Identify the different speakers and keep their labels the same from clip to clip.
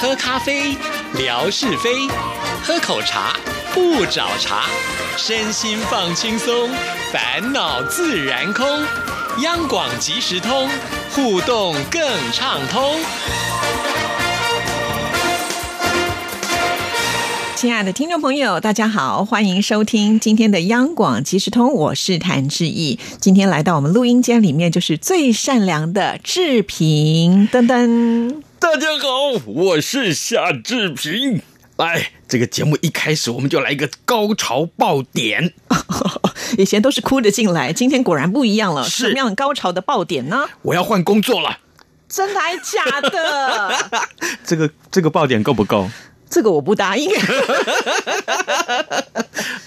Speaker 1: 喝咖啡，聊是非；喝口茶，不找茬。身心放轻松，烦恼自然空。央广即时通，互动更畅通。
Speaker 2: 亲爱的听众朋友，大家好，欢迎收听今天的央广即时通，我是谭志毅。今天来到我们录音间里面，就是最善良的志平，噔噔，
Speaker 3: 大家好，我是夏志平。来，这个节目一开始我们就来一个高潮爆点。
Speaker 2: 以前都是哭着进来，今天果然不一样了，
Speaker 3: 是
Speaker 2: 什么样高潮的爆点呢？
Speaker 3: 我要换工作了，
Speaker 2: 真的还假的？
Speaker 3: 这个这个爆点够不够？
Speaker 2: 这个我不答 应，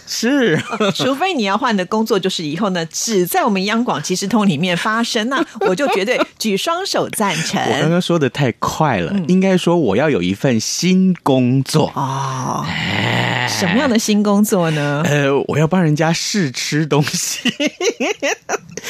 Speaker 3: 是，
Speaker 2: 除非你要换的工作就是以后呢，只在我们央广即时通里面发生，那我就绝对举双手赞
Speaker 3: 我刚
Speaker 2: 成。
Speaker 3: 刚说的太快了，
Speaker 1: 嗯
Speaker 3: 应该说我要有一 份新工作。
Speaker 2: 哦，
Speaker 3: 哎
Speaker 2: 什么样的新工作呢？
Speaker 3: 呃，我要帮人家试吃东西。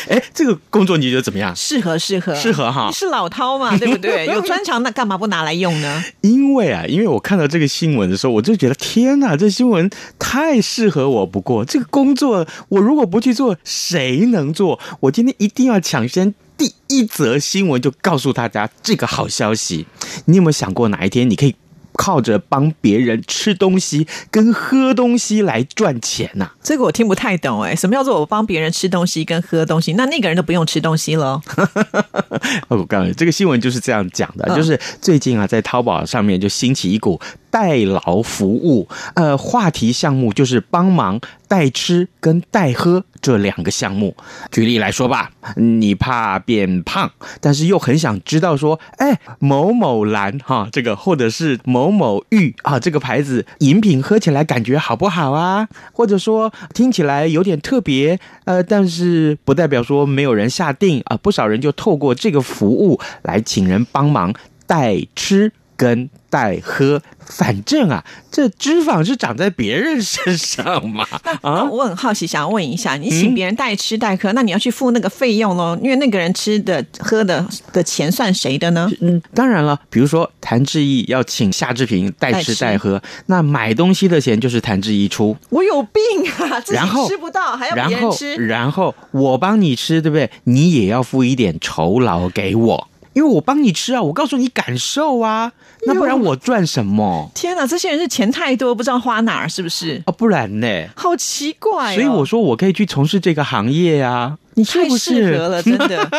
Speaker 3: 哎，这个工作你觉得怎么样？
Speaker 2: 适合适合
Speaker 3: 适合哈
Speaker 2: 你是老饕 嘛，对不对？有专长那干嘛不拿来用呢？
Speaker 3: 因为啊，因为我看到这个新闻的时候，我就觉得天哪，这新闻太 适合我不过。这个工作我如果不去做，谁能做？我今天一定要抢先第一则新闻就告诉大家这个好消息。你有没有想过哪一天你可以靠着帮别人吃东西跟喝东西来赚钱啊呐、
Speaker 2: 这个我听不太懂哎，什么叫做我帮别人吃东西跟喝东西？那那个人都不用吃东西喽？
Speaker 3: 哦，我告诉你，这个新闻就是这样讲的，
Speaker 2: 嗯
Speaker 3: 就是最近啊，在淘宝上面就兴起一股代劳服务，呃，话题项目就是帮忙代吃跟代喝这两个项目。举例来说吧，你怕变胖，但是又很想知道说，哎，某某蓝哈，这个或者是某某玉啊，这个牌子饮品喝起来感觉好不好啊？或者说听起来有点特别，呃，但是不代表说没有人下定啊、不少人就透过这个服务来请人帮忙代吃跟代喝。反正啊，这脂肪是长在别人身上嘛，啊
Speaker 2: 那我很好奇，想要问一下，你请别人代吃代喝，那你要去付那个费用喽？因为那个人吃的喝的的钱算谁的呢？
Speaker 3: 嗯，当然了，比如说谭志毅要请夏志平代吃代喝，那买东西的钱就是谭志毅出，
Speaker 2: 我有病啊！ 自
Speaker 3: 然
Speaker 2: 己
Speaker 3: 后
Speaker 2: 吃不到，还要
Speaker 3: 然
Speaker 2: 别人
Speaker 3: 后
Speaker 2: 吃，
Speaker 3: 然后我帮你吃，对不对？你也要付一点酬劳给我，因为我帮你吃啊，我告诉你感受啊，那不然我赚什么
Speaker 2: 天哪！这些人是钱太多，不知道花哪儿，是不是？
Speaker 3: 啊？不然呢？
Speaker 2: 好奇怪、哦，
Speaker 3: 所以我说我可以去从事这个行业啊，哎你是
Speaker 2: 太
Speaker 3: 不
Speaker 2: 适合
Speaker 3: 是？
Speaker 2: 了，真 的。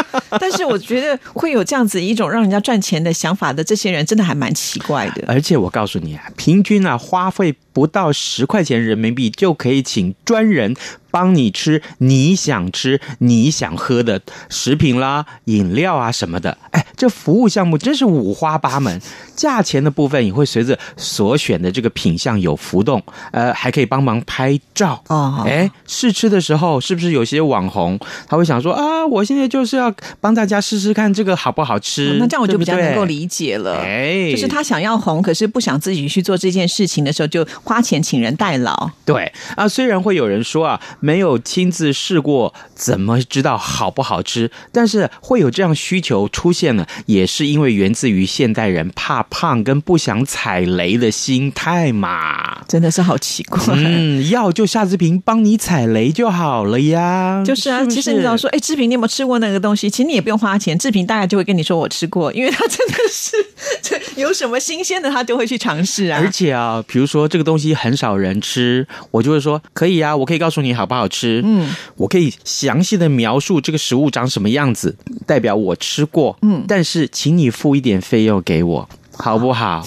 Speaker 2: 但是我觉得会有这样子一种让人家赚钱的想法的这些人，真的还蛮奇怪的。
Speaker 3: 而且我告诉你啊，平均啊花费不到十块钱人民币就可以请专人帮你吃你想吃、你想喝的食品啦、饮料啊什么的。哎，这服务项目真是五花八门，价钱的部分也会随着所选的这个品项有浮动。呃，还可以帮忙拍照
Speaker 2: 哦
Speaker 3: 哎，试吃的时候，是不是有些网红他会想说啊，我现在就是要帮大家试试看这个好不好吃？
Speaker 2: 哦那这样我就比较
Speaker 3: 对不对
Speaker 2: 能够理解了。
Speaker 3: 哎，
Speaker 2: 就是他想要红，可是不想自己去做这件事情的时候，就花钱请人代劳。
Speaker 3: 对啊，虽然会有人说啊，没有亲自试过，怎么知道好不好吃？但是会有这样需求出现呢，也是因为源自于现代人怕胖跟不想踩雷的心 态嘛。
Speaker 2: 真的是好奇怪。
Speaker 3: 嗯，要就夏志平帮你踩雷就好了呀。
Speaker 2: 就是啊，
Speaker 3: 不
Speaker 2: 其实你只要说，哎，志平，你有没有吃过那个东西？其实你也不用花钱，志平大概就会跟你说我吃过，因为他真的是这有什么新鲜的，他就会去尝试啊
Speaker 3: 而。且啊，比如说这个东西很少人吃，我就会说可以啊，我可以告诉你好不好吃。嗯，我可以详细的描述这个食物长什么样子，代表我吃过。嗯，但是请你付一点费用给我，好 不好？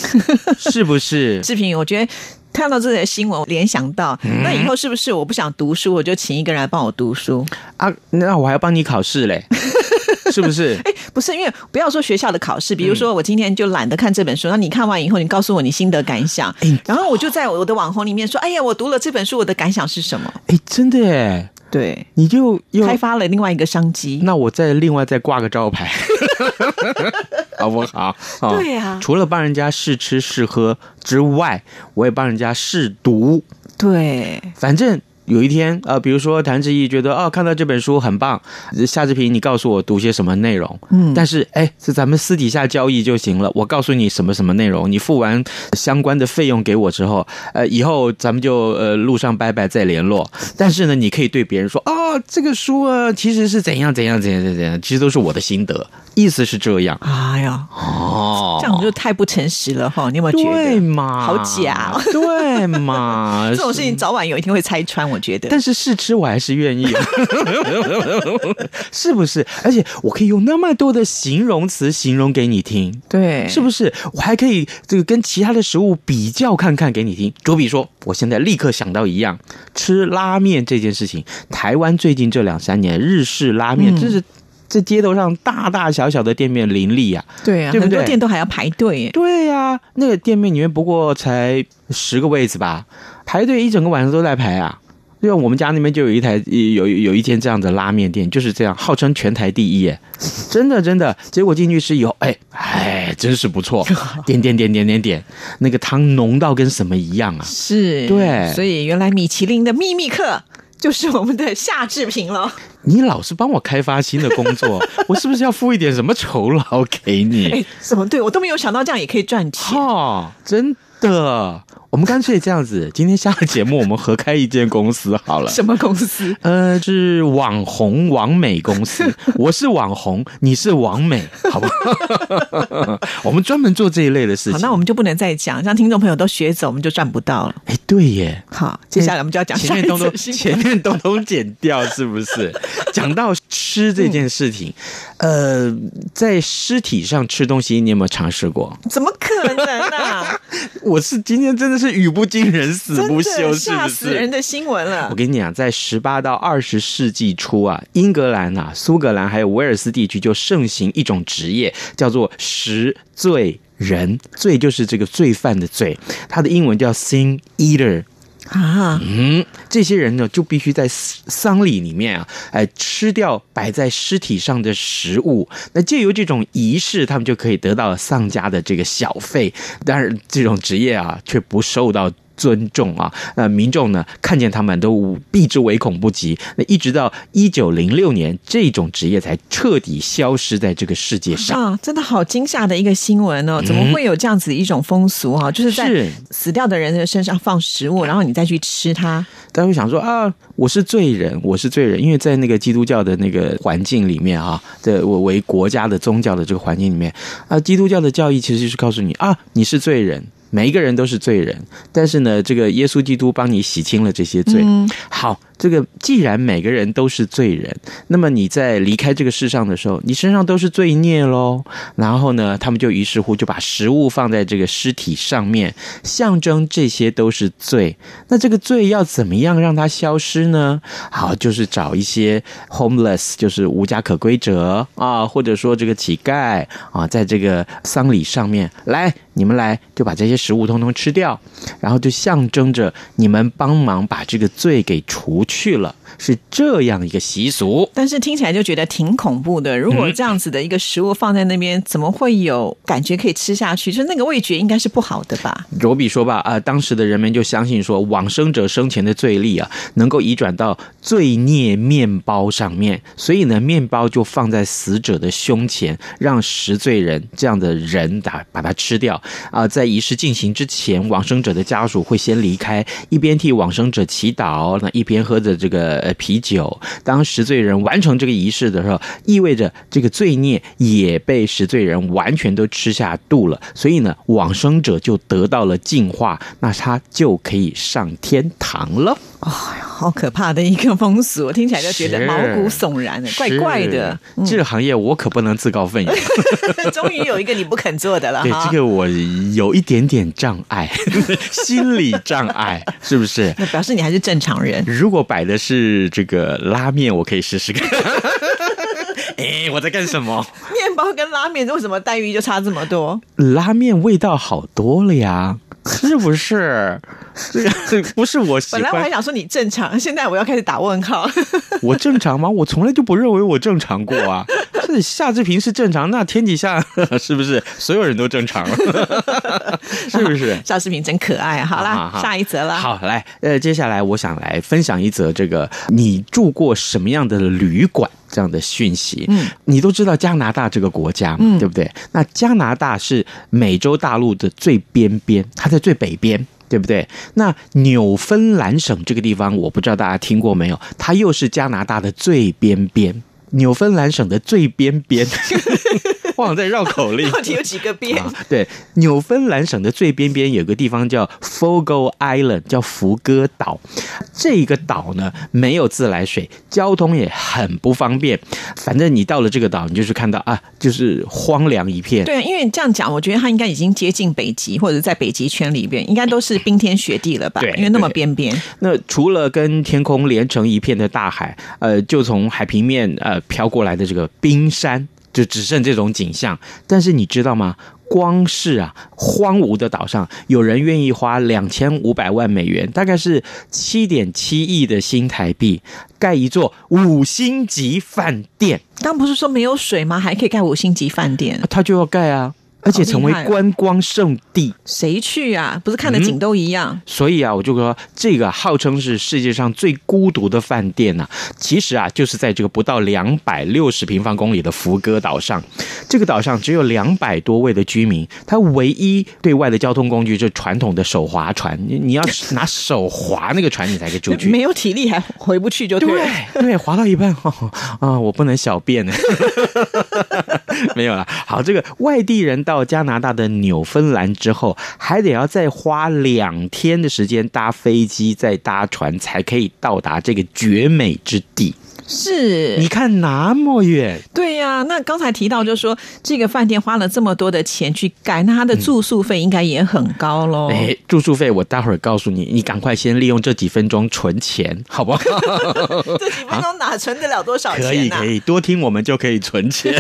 Speaker 3: 是不是？
Speaker 2: 志平，我觉得。看到这个新闻，我联想到，
Speaker 3: 嗯
Speaker 2: 那以后是不是我不想读书，我就请一个人来帮我读书？
Speaker 3: 啊，那我还要帮你考 试嘞，是不是？
Speaker 2: 哎，不是，因为不要说学校的考试，比如说我今天就懒得看这本书，那你看完以后，你告诉我你心得感想，然后我就在我的网红里面说，哎呀，我读了这本书，我的感想是什么？
Speaker 3: 哎，真的哎，
Speaker 2: 对，
Speaker 3: 你就又
Speaker 2: 开发了另外一个商机。
Speaker 3: 那我再另外再挂个招牌， 好不好？哦
Speaker 2: 对啊
Speaker 3: 除了帮人家试吃试喝之外，我也帮人家试读。
Speaker 2: 对，
Speaker 3: 反正有一天，呃，比如说谭志毅觉得哦，看到这本书很棒，夏志平，你告诉我读些什么内容？
Speaker 2: 嗯
Speaker 3: 但是哎，是咱们私底下交易就行了。我告诉你什么什么内容，你付完相关的费用给我之后，呃，以后咱们就呃路上拜拜再联络。但是呢，你可以对别人说，哦，这个书啊，其实是怎样怎样怎样怎样，其实都是我的心得，意思是这样
Speaker 2: 哎呀，
Speaker 3: 哦。
Speaker 2: 这样就太不诚实了哈！你有没有觉
Speaker 3: 对
Speaker 2: 得
Speaker 3: 嘛？
Speaker 2: 好假哦
Speaker 3: 对嘛？
Speaker 2: 这种事情早晚有一天会拆穿？我觉得，
Speaker 3: 但是试吃我还是愿意， 是不是？而且我可以用那么多的形容词形容给你听，
Speaker 2: 对，
Speaker 3: 是不是？我还可以这个跟其他的食物比较看看给你听。卓比说，我现在立刻想到一样，吃拉面这件事情，台湾最近这两三年日式拉面
Speaker 2: 嗯
Speaker 3: 真是。这街头上大大小小的店面林立呀、
Speaker 2: 对啊，
Speaker 3: 对不
Speaker 2: 很多
Speaker 3: 对
Speaker 2: 店都还要排队耶。
Speaker 3: 对呀、那个店面里面不过才十个位子吧，排队一整个晚上都在排啊。因为我们家那边就有一台有有一间这样的拉面店，就是这样，号称全台第一耶，真的真的。结果进去吃以后，哎哎，真是不错，点点点点点点，那个汤浓到跟什么一样啊！
Speaker 2: 是，
Speaker 3: 对
Speaker 2: 所以原来米其林的秘密课就是我们的夏志平 了。
Speaker 3: 你老是帮我开发新的工作，我是不是要付一点什么酬劳给你？
Speaker 2: 哎，怎么对我都没有想到这样也可以赚钱
Speaker 3: 哈、？真的，我们干脆这样子，今天下了节目，我们合开一间公司好了。
Speaker 2: 什么 公司？
Speaker 3: 呃，是网红网美公 司，我是网红，你是网美，好不 好？我们专门做这一类的事
Speaker 2: 好，
Speaker 3: 情。
Speaker 2: 那我们就不能再讲，让听众朋友都学走，我们就赚不到了。
Speaker 3: 哎，对耶，
Speaker 2: 好，接下来我们就要讲
Speaker 3: 哎前
Speaker 2: 下一
Speaker 3: 面东东
Speaker 2: 次新
Speaker 3: 前面东东剪掉，是不是？讲到吃这件事情，呃，在尸体上吃东西，你有没有尝试过？
Speaker 2: 怎么可能 啊？
Speaker 3: 我是今天真的是语不惊人死
Speaker 2: 真
Speaker 3: 不
Speaker 2: 的
Speaker 3: 休，是
Speaker 2: 吓
Speaker 3: 不
Speaker 2: 死人
Speaker 3: 是？
Speaker 2: 的新闻
Speaker 3: 我
Speaker 2: 了。
Speaker 3: 跟你讲，在十八到二十世纪初啊，英格兰啊、苏格兰还有威尔斯地区就盛行一种职业，叫做食罪人。罪就是这个罪犯的罪，它的英文叫 sin eater。
Speaker 2: 啊，
Speaker 3: 嗯，这些人呢就必须在丧丧礼里面啊，哎，吃掉摆在尸体上的食物。那借由这种仪式，他们就可以得到丧家的这个小费。但是这种职业啊，却不受到。尊重啊，那民众呢看见他们都避之唯恐不及。那一直到一九零六年，这种职业才彻底消失在这个世界上。
Speaker 2: 啊，真的好惊吓的一个新闻哦！怎么会有这样子一种风俗啊？就是在
Speaker 3: 嗯是
Speaker 2: 死掉的人的身上放食物，然后你再去吃它。
Speaker 3: 大家会想说啊，我是罪人，我是罪人，因为在那个基督教的那个环境里面啊，这我为国家的宗教的这个环境里面啊，基督教的教义其实就是告诉你啊，你是罪人。每一个人都是罪人，但是呢，这个耶稣基督帮你洗清了这些罪。好，这个既然每个人都是罪人，那么你在离开这个世上的时候，你身上都是罪孽喽。然后呢，他们就于是乎就把食物放在这个尸体上面，象征这些都是罪。那这个罪要怎么样让它消失呢？好，就是找一些 homeless，就是无家可归者啊，或者说这个乞丐啊，在这个丧礼上面来，你们来就把这些食物通通吃掉，然后就象征着你们帮忙把这个罪给除去了，是这样一个习俗。
Speaker 2: 但是听起来就觉得挺恐怖的。如果这样子的一个食物放在那边，怎么会有感觉可以吃下去？就那个味觉应该是不好的吧？
Speaker 3: 罗比说吧，啊、当时的人们就相信说，往生者生前的罪力啊，能够移转到罪孽面包上面，所以呢，面包就放在死者的胸前，让食罪人这样的人打把它吃掉啊、在仪式进行之前，往生者的家属会先离开，一边替往生者祈祷，那一边喝着这个呃啤酒。当食罪人完成这个仪式的时候，意味着这个罪孽也被食罪人完全都吃下肚了，所以呢，往生者就得到了净化，那他就可以上天堂了。
Speaker 2: 好可怕的一个风俗，听起来就觉得
Speaker 3: 是
Speaker 2: 毛骨悚然的，怪怪 的。
Speaker 3: 是，这个行业我可不能自告 奋勇，
Speaker 2: 终于有一个你不肯做的了
Speaker 3: 对
Speaker 2: 哈。
Speaker 3: 这个我有一点点障碍， 心理障碍，是不是？
Speaker 2: 那表示你还是正常 人。
Speaker 3: 如果摆的是这个拉面，我可以试试看。 哎，我在干什么？
Speaker 2: 面包跟拉面为什么待遇就差这么多？
Speaker 3: 拉面味道好多了呀，是不 是？这个这不是我喜
Speaker 2: 本来我还
Speaker 3: 欢，
Speaker 2: 想说你正常，现在我要开始打问号。
Speaker 3: 我正常吗？我从来就不认为我正常过啊，是夏志平是正常，那天底下 是不是所有人都正常了？ 是不是？
Speaker 2: 赵世平真可爱。好啦，
Speaker 3: 好好好
Speaker 2: 下一则啦。
Speaker 3: 好，来，呃，接下来我想来分享一则这个你住过什么样的旅馆这样的讯息。
Speaker 2: 嗯，
Speaker 3: 你都知道加拿大这个国家嘛，
Speaker 2: 嗯
Speaker 3: 对不对？那加拿大是美洲大陆的最边边，它在最北边。对不对？那纽芬兰省这个地方，我不知道大家听过没有？它又是加拿大的最边边，纽芬兰省的最边 边。我好像在绕口令。
Speaker 2: 到底有 几个边？
Speaker 3: 啊，对，纽芬兰省的最边边有个地方叫 Fogo Island，叫福哥岛。这个岛呢没有自来水，交通也很不方便。反正你到了这个岛，你就是看到啊，就是荒凉一片。
Speaker 2: 对，因为这样讲，我觉得他应该已经接近北极，或者在北极圈里边，应该都是冰天雪地了吧？
Speaker 3: 对
Speaker 2: 因为那么
Speaker 3: 对
Speaker 2: 边边，
Speaker 3: 那除了跟天空连成一片的大海，呃，就从海平面呃飘过来的这个冰山，就只剩这种景象。但是你知道吗？光是啊，荒芜的岛上，有人愿意花两千五百万美元，大概是七点七亿的新台币，盖一座五星级饭店，
Speaker 2: 刚不是说没有水吗？还可以盖五星级饭店，
Speaker 3: 他就要盖啊，而且成为
Speaker 2: 好厉害哦
Speaker 3: 观光胜地。
Speaker 2: 谁去啊？不是看的景都一样，
Speaker 3: 所以啊，我就说这个号称是世界上最孤独的饭店呐、其实啊，就是在这个不到两百六十平方公里的福哥岛上，这个岛上只有两百多位的居民，它唯一对外的交通工具就是传统的手划船，你你要拿手划那个船，你才可嗯以出去。
Speaker 2: 没有体力还回不去就对了。
Speaker 3: 对对，滑到一半哦啊，我不能小便 呢。没有了。好，这个外地人到加拿大的纽芬兰之后，还得要再花两天的时间搭飞机，再搭船，才可以到达这个绝美之地。
Speaker 2: 是，
Speaker 3: 你看那么远，
Speaker 2: 对呀、那刚才提到就是说，这个饭店花了这么多的钱去盖，那它的住宿费应该也很高喽。
Speaker 3: 哎，住宿费我待会儿告诉你，你赶快先利用这几分钟 存钱，啊好不好？
Speaker 2: 这几分钟哪存得了多少
Speaker 3: 可以
Speaker 2: 钱呐、
Speaker 3: 可以，多听我们就可以存钱。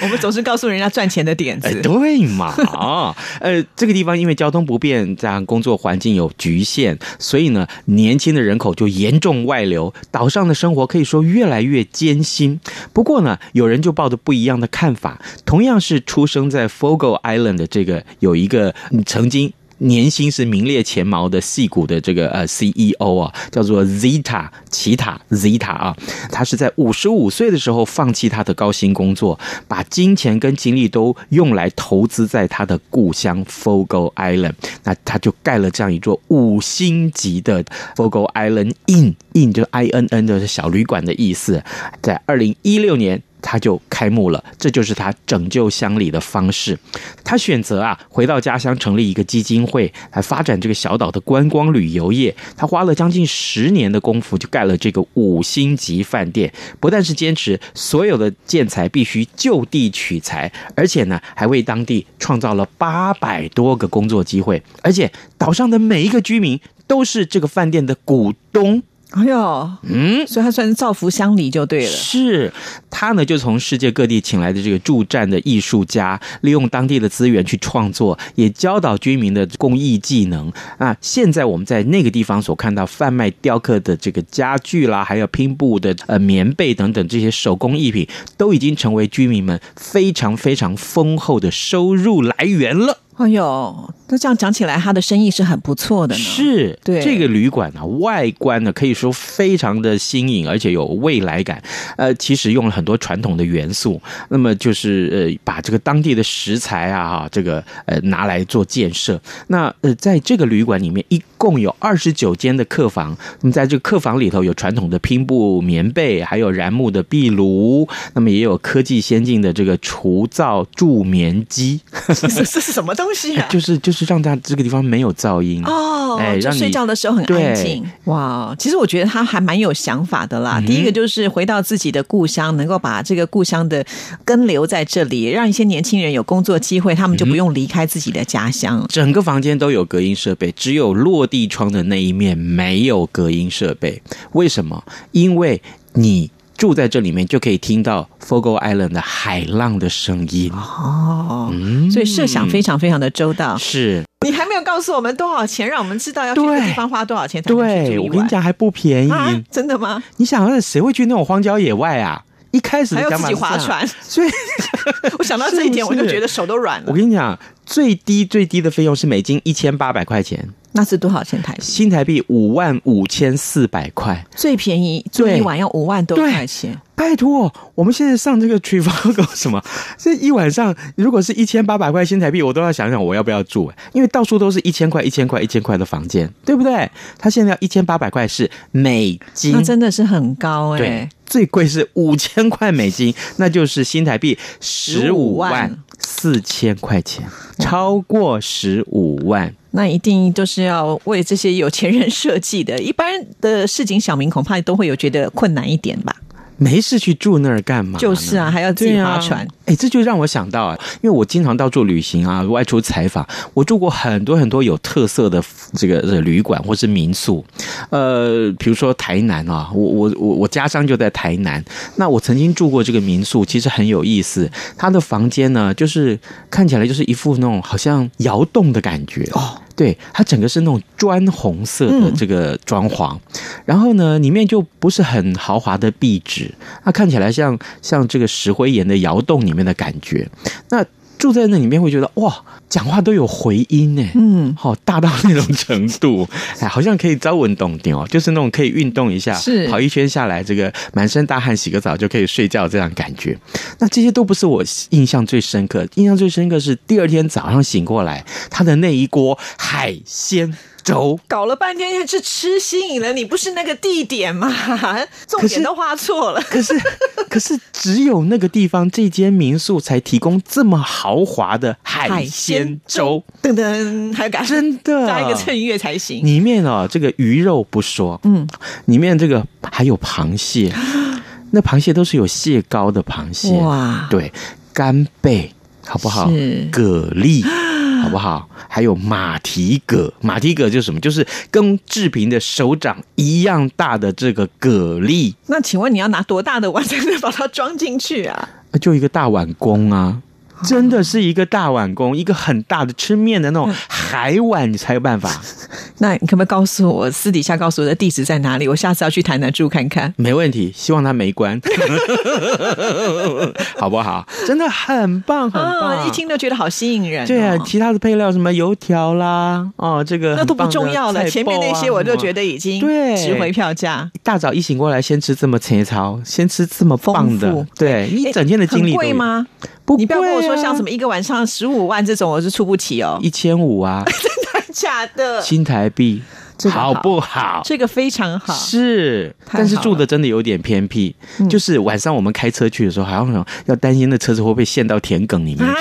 Speaker 2: 我们总是告诉人家赚钱的点
Speaker 3: 哎，
Speaker 2: 子。
Speaker 3: 对嘛？啊，呃，这个地方因为交通不便，这样工作环境有局限，所以呢，年轻的人口就严重外流，岛上的生活可以说越来越艰辛。不过呢，有人就抱着不一样的看法。同样是出生在 Fogo Island 的这个有一个嗯曾经。年薪是名列前茅的戏骨的这个呃 CEO 啊，叫做 Zeta 奇塔 Zeta 啊，他是在五十五岁的时候放弃他的高薪工作，把金钱跟精力都用来投资在他的故乡 Fogo Island。那他就盖了这样一座五星级的 Fogo Island Inn Inn 就是 I N N 就是小旅馆的意思，在二零一六年。他就开幕了，这就是他拯救乡里的方式。他选择啊，回到家乡成立一个基金会，来发展这个小岛的观光旅游业。他花了将近十年的功夫，就盖了这个五星级饭店。不但是坚持所有的建材必须就地取材，而且呢，还为当地创造了八百多个工作机会。而且岛上的每一个居民都是这个饭店的股东。
Speaker 2: 哎呦，
Speaker 3: 嗯，
Speaker 2: 所以他算是造福乡里就对了。
Speaker 3: 是他呢，就从世界各地请来的这个助战的艺术家，利用当地的资源去创作，也教导居民的工艺技能啊。现在我们在那个地方所看到贩卖雕刻的这个家具啦，还有拼布的呃棉被等等这些手工艺品，都已经成为居民们非常非常丰厚的收入来源了。
Speaker 2: 哎呦，那这样讲起来，他的生意是很不错的呢。，
Speaker 3: 是，
Speaker 2: 对
Speaker 3: 这个旅馆啊，外观呢可以说非常的新颖，而且有未来感。呃，其实用了很多传统的元素，那么就是呃，把这个当地的食材啊，哈，这个呃拿来做建设。那呃，在这个旅馆里面，一共有二十九间的客房。那么在这个客房里头，有传统的拼布棉被，还有燃木的壁炉，那么也有科技先进的这个除噪助眠机，
Speaker 2: 这是什么东西啊？
Speaker 3: 就是就是让它这个地方没有噪音。
Speaker 2: 哦，
Speaker 3: 哎
Speaker 2: 就
Speaker 3: 让你
Speaker 2: 睡觉的时候很安静。哇，其实我觉得他还蛮有想法的啦。第一个就是回到自己的故乡，能够把这个故乡的根留在这里，让一些年轻人有工作机会，他们就不用离开自己的家乡。
Speaker 3: 整个房间都有隔音设备，只有落地窗的那一面没有隔音设备。为什么？因为你住在这里面就可以听到 Fogo Island 的海浪的声音。
Speaker 2: 哦，
Speaker 3: 嗯
Speaker 2: 所以设想非常非常的周到。
Speaker 3: 是
Speaker 2: 你还没有告诉我们多少钱，让我们知道要去这个
Speaker 3: 对
Speaker 2: 地方花多少钱才能去
Speaker 3: 对，
Speaker 2: 住一
Speaker 3: 我跟你
Speaker 2: 晚
Speaker 3: 讲还不便宜。
Speaker 2: 啊？真的吗？
Speaker 3: 你想，谁会去那种荒郊野外啊？一开始
Speaker 2: 还
Speaker 3: 的
Speaker 2: 要
Speaker 3: 讲
Speaker 2: 自
Speaker 3: 法
Speaker 2: 己
Speaker 3: 是这
Speaker 2: 划船。
Speaker 3: 样，所以
Speaker 2: 我想到这一点，
Speaker 3: 是
Speaker 2: 我
Speaker 3: 不是
Speaker 2: 就觉得手都软
Speaker 3: 我
Speaker 2: 了。
Speaker 3: 跟你讲，最低最低的费用是每斤一千八百块钱，
Speaker 2: 那是多少钱台币？
Speaker 3: 新台币五万五千四百块。
Speaker 2: 最便宜住
Speaker 3: 对
Speaker 2: 一晚要五万多块钱，
Speaker 3: 拜托，我们现在上这个 Trivago 什么， 这一晚上如果是一千八百块新台币，我都要想想我要不要住、欸因为到处都是一千块、一千块、一千块的房间，对不对？他现在要一千八百块是美金，
Speaker 2: 那真的是很高哎、
Speaker 3: 对，最贵是五千块美金，那就是新台币十五万四千块钱，超过十五万。
Speaker 2: 那一定就是要为这些有钱人设计的。一般的市井小民恐怕都会有觉得困难一点吧。
Speaker 3: 没事去住那儿干嘛呢？
Speaker 2: 就是啊还要自己
Speaker 3: 对
Speaker 2: 划船
Speaker 3: 啊。哎、这就让我想到啊，因为我经常到处旅行啊，外出采访，我住过很多很多有特色的这个、这个旅馆或是民宿。呃，比如说台南啊，我我我我家乡就在台南，那我曾经住过这个民宿，其实很有意思。它的房间呢，就是看起来就是一副那种好像窑洞的感觉哦。对，它整个是那种砖红色的
Speaker 2: 嗯
Speaker 3: 这个装潢，然后呢，里面就不是很豪华的壁纸，它看起来像像这个石灰岩的窑洞里面的感觉。那住在那里面会觉得哇，讲话都有回音呢，
Speaker 2: 嗯，
Speaker 3: 好、大到那种程 度，哎，好像可以招蚊懂点哦，就是那种可以运动一下，
Speaker 2: 是
Speaker 3: 跑一圈下来，这个满身大汗，洗个澡就可以睡觉这样感觉。那这些都不是我印象最深刻，印象最深刻是第二天早上醒过来，他的那一锅海鲜粥。
Speaker 2: 搞了半天是吃吸引了你，不是那个地点嘛？重点都画错了。
Speaker 3: 可是， 可是只有那个地方这间民宿才提供这么豪华的海鲜粥，
Speaker 2: 噔噔，还敢
Speaker 3: 真的
Speaker 2: 加一个衬乐才行。
Speaker 3: 里面哦，这个鱼肉不说，
Speaker 2: 嗯，
Speaker 3: 里面这个还有 螃蟹，那螃蟹都是有蟹膏的螃蟹，
Speaker 2: 哇，
Speaker 3: 对，干贝好不好？
Speaker 2: 啊是
Speaker 3: 蛤蜊好不好？还有马蹄蛤，马蹄蛤就是什么？就是跟志平的手掌一样大的这个蛤蜊，
Speaker 2: 那请问你要拿多大的碗才能把它装进去啊？
Speaker 3: 呃就一个大碗公
Speaker 2: 哦
Speaker 3: 啊。真的是一个大碗公，一个很大的吃面的那
Speaker 2: 嗯
Speaker 3: 种海碗，你才有办法。
Speaker 2: 那你可不可以告诉我私底下告诉我的地址在哪里？我下次要去台南住看看。
Speaker 3: 没问题，希望它没 关，好不好？真的很棒，很棒。
Speaker 2: 啊，一听就觉得好吸引人、哦。
Speaker 3: 对啊，其他的配料什么油条啦，哦，这个
Speaker 2: 那都不
Speaker 3: 很棒的
Speaker 2: 重要了，
Speaker 3: 菜
Speaker 2: 前面
Speaker 3: 包啊
Speaker 2: 那些我就觉
Speaker 3: 什么
Speaker 2: 得已经
Speaker 3: 对
Speaker 2: 值回票价。
Speaker 3: 一大早一醒过来，先吃这么切操，先吃这么棒
Speaker 2: 丰
Speaker 3: 的
Speaker 2: 富，哎
Speaker 3: 对你一整天的精
Speaker 2: 很
Speaker 3: 力都
Speaker 2: 贵
Speaker 3: 有？
Speaker 2: 吗？
Speaker 3: 不
Speaker 2: 你不要跟我
Speaker 3: 贵啊
Speaker 2: 说像什么一个晚上十五万这种，我是出不起 哦，
Speaker 3: 一千五啊，
Speaker 2: 假的，
Speaker 3: 新台币
Speaker 2: 这，个好
Speaker 3: 好不好？
Speaker 2: 这个非常好。
Speaker 3: 是，
Speaker 2: 太好嗯
Speaker 3: 但是住的真的有点偏僻，就是晚上我们开车去的时候，好像要担心那车子会不会陷到田埂里面
Speaker 2: 啊，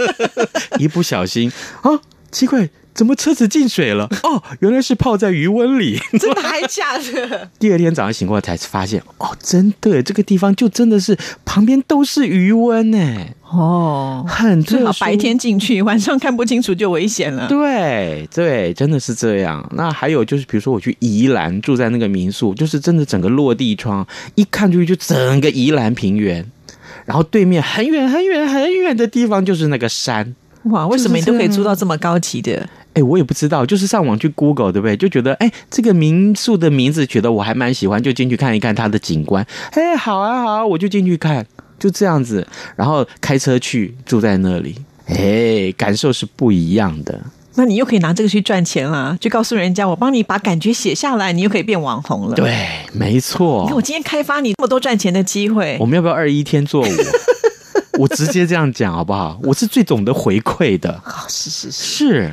Speaker 3: 一不小心啊，奇怪，怎么车子进水了？哦，原来是泡在余温里。
Speaker 2: 真的还假的？
Speaker 3: 第二天早上醒过来才发现，哦，真的，这个地方就真的是旁边都是余温呢，
Speaker 2: 哦，
Speaker 3: 很
Speaker 2: 最
Speaker 3: 特
Speaker 2: 好
Speaker 3: 殊。
Speaker 2: 白天进去，晚上看不清楚就危险了。
Speaker 3: 对对，真的是这样。那还有就是，比如说我去宜兰住在那个民宿，就是真的整个落地窗，一看出去就整个宜兰平原，然后对面很远很远很远的地方就是那个山。
Speaker 2: 哇，为什么你都可以
Speaker 3: 就是这样
Speaker 2: 租到这么高级的？
Speaker 3: 哎，我也不知道，就是上网去 Google，对不对？就觉得哎，这个民宿的名字觉得我还蛮喜欢，就进去看一看它的景观。哎，好啊好啊，我就进去看，就这样子，然后开车去住在那里，哎，感受是不一样的。
Speaker 2: 那你又可以拿这个去赚钱啦，就告诉人家我帮你把感觉写下来，你又可以变网红了。，
Speaker 3: 对，没错。
Speaker 2: 你看我哎今天开发你这么多赚钱的机会
Speaker 3: 我，们要不要二一天做 五？我直接这样讲好不好？我是最懂得回馈的，
Speaker 2: 哦是是是，
Speaker 3: 是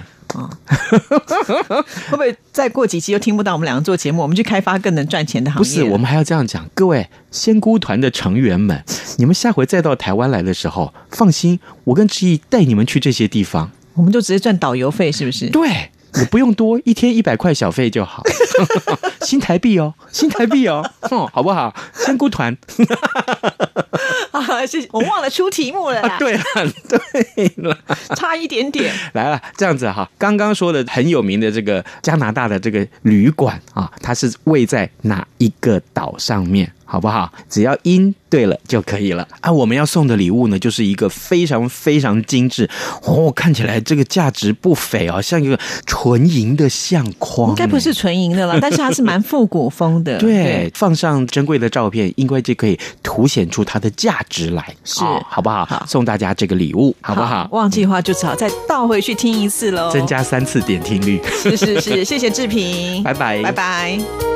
Speaker 2: 会不会再过几期又听不到我们两个做节目？我们去开发更能赚钱的行业？
Speaker 3: 不是？我们还要这样讲，各位仙姑团的成 员们，你们下回再到台湾来的时候，放心，我跟志毅带你们去这些地方。
Speaker 2: 我们就直接赚导游费，是不是？
Speaker 3: 对，也不用多，一天一百块小费就好，新台币哦，新台币哦，嗯，好不好？仙 姑团
Speaker 2: 啊，谢谢，我忘了出题目了啦
Speaker 3: 啊，， 对了，对了。
Speaker 2: 差一点 点。
Speaker 3: 来了，这样子哈，刚刚说的很有名的这个加拿大的这个旅馆啊，它是位在哪一个岛上面？好不好？只要音对了就可以了啊！我们要送的礼物呢，就是一个非常非常精致哦，看起来这个价值不菲哦，像一个纯银的相框，欸
Speaker 2: 应该不是纯银的了，但是它是蛮复古风的。
Speaker 3: 对，放上珍贵的照片，应该就可以凸显出它的价值来，
Speaker 2: 是
Speaker 3: 哦好不好？
Speaker 2: 好
Speaker 3: 送大家这个礼物，好不好？
Speaker 2: 忘记的话就只好再倒回去听一次喽。
Speaker 3: 增加三次点听率，
Speaker 2: 是是是，谢谢志平，
Speaker 3: 拜拜
Speaker 2: 拜拜。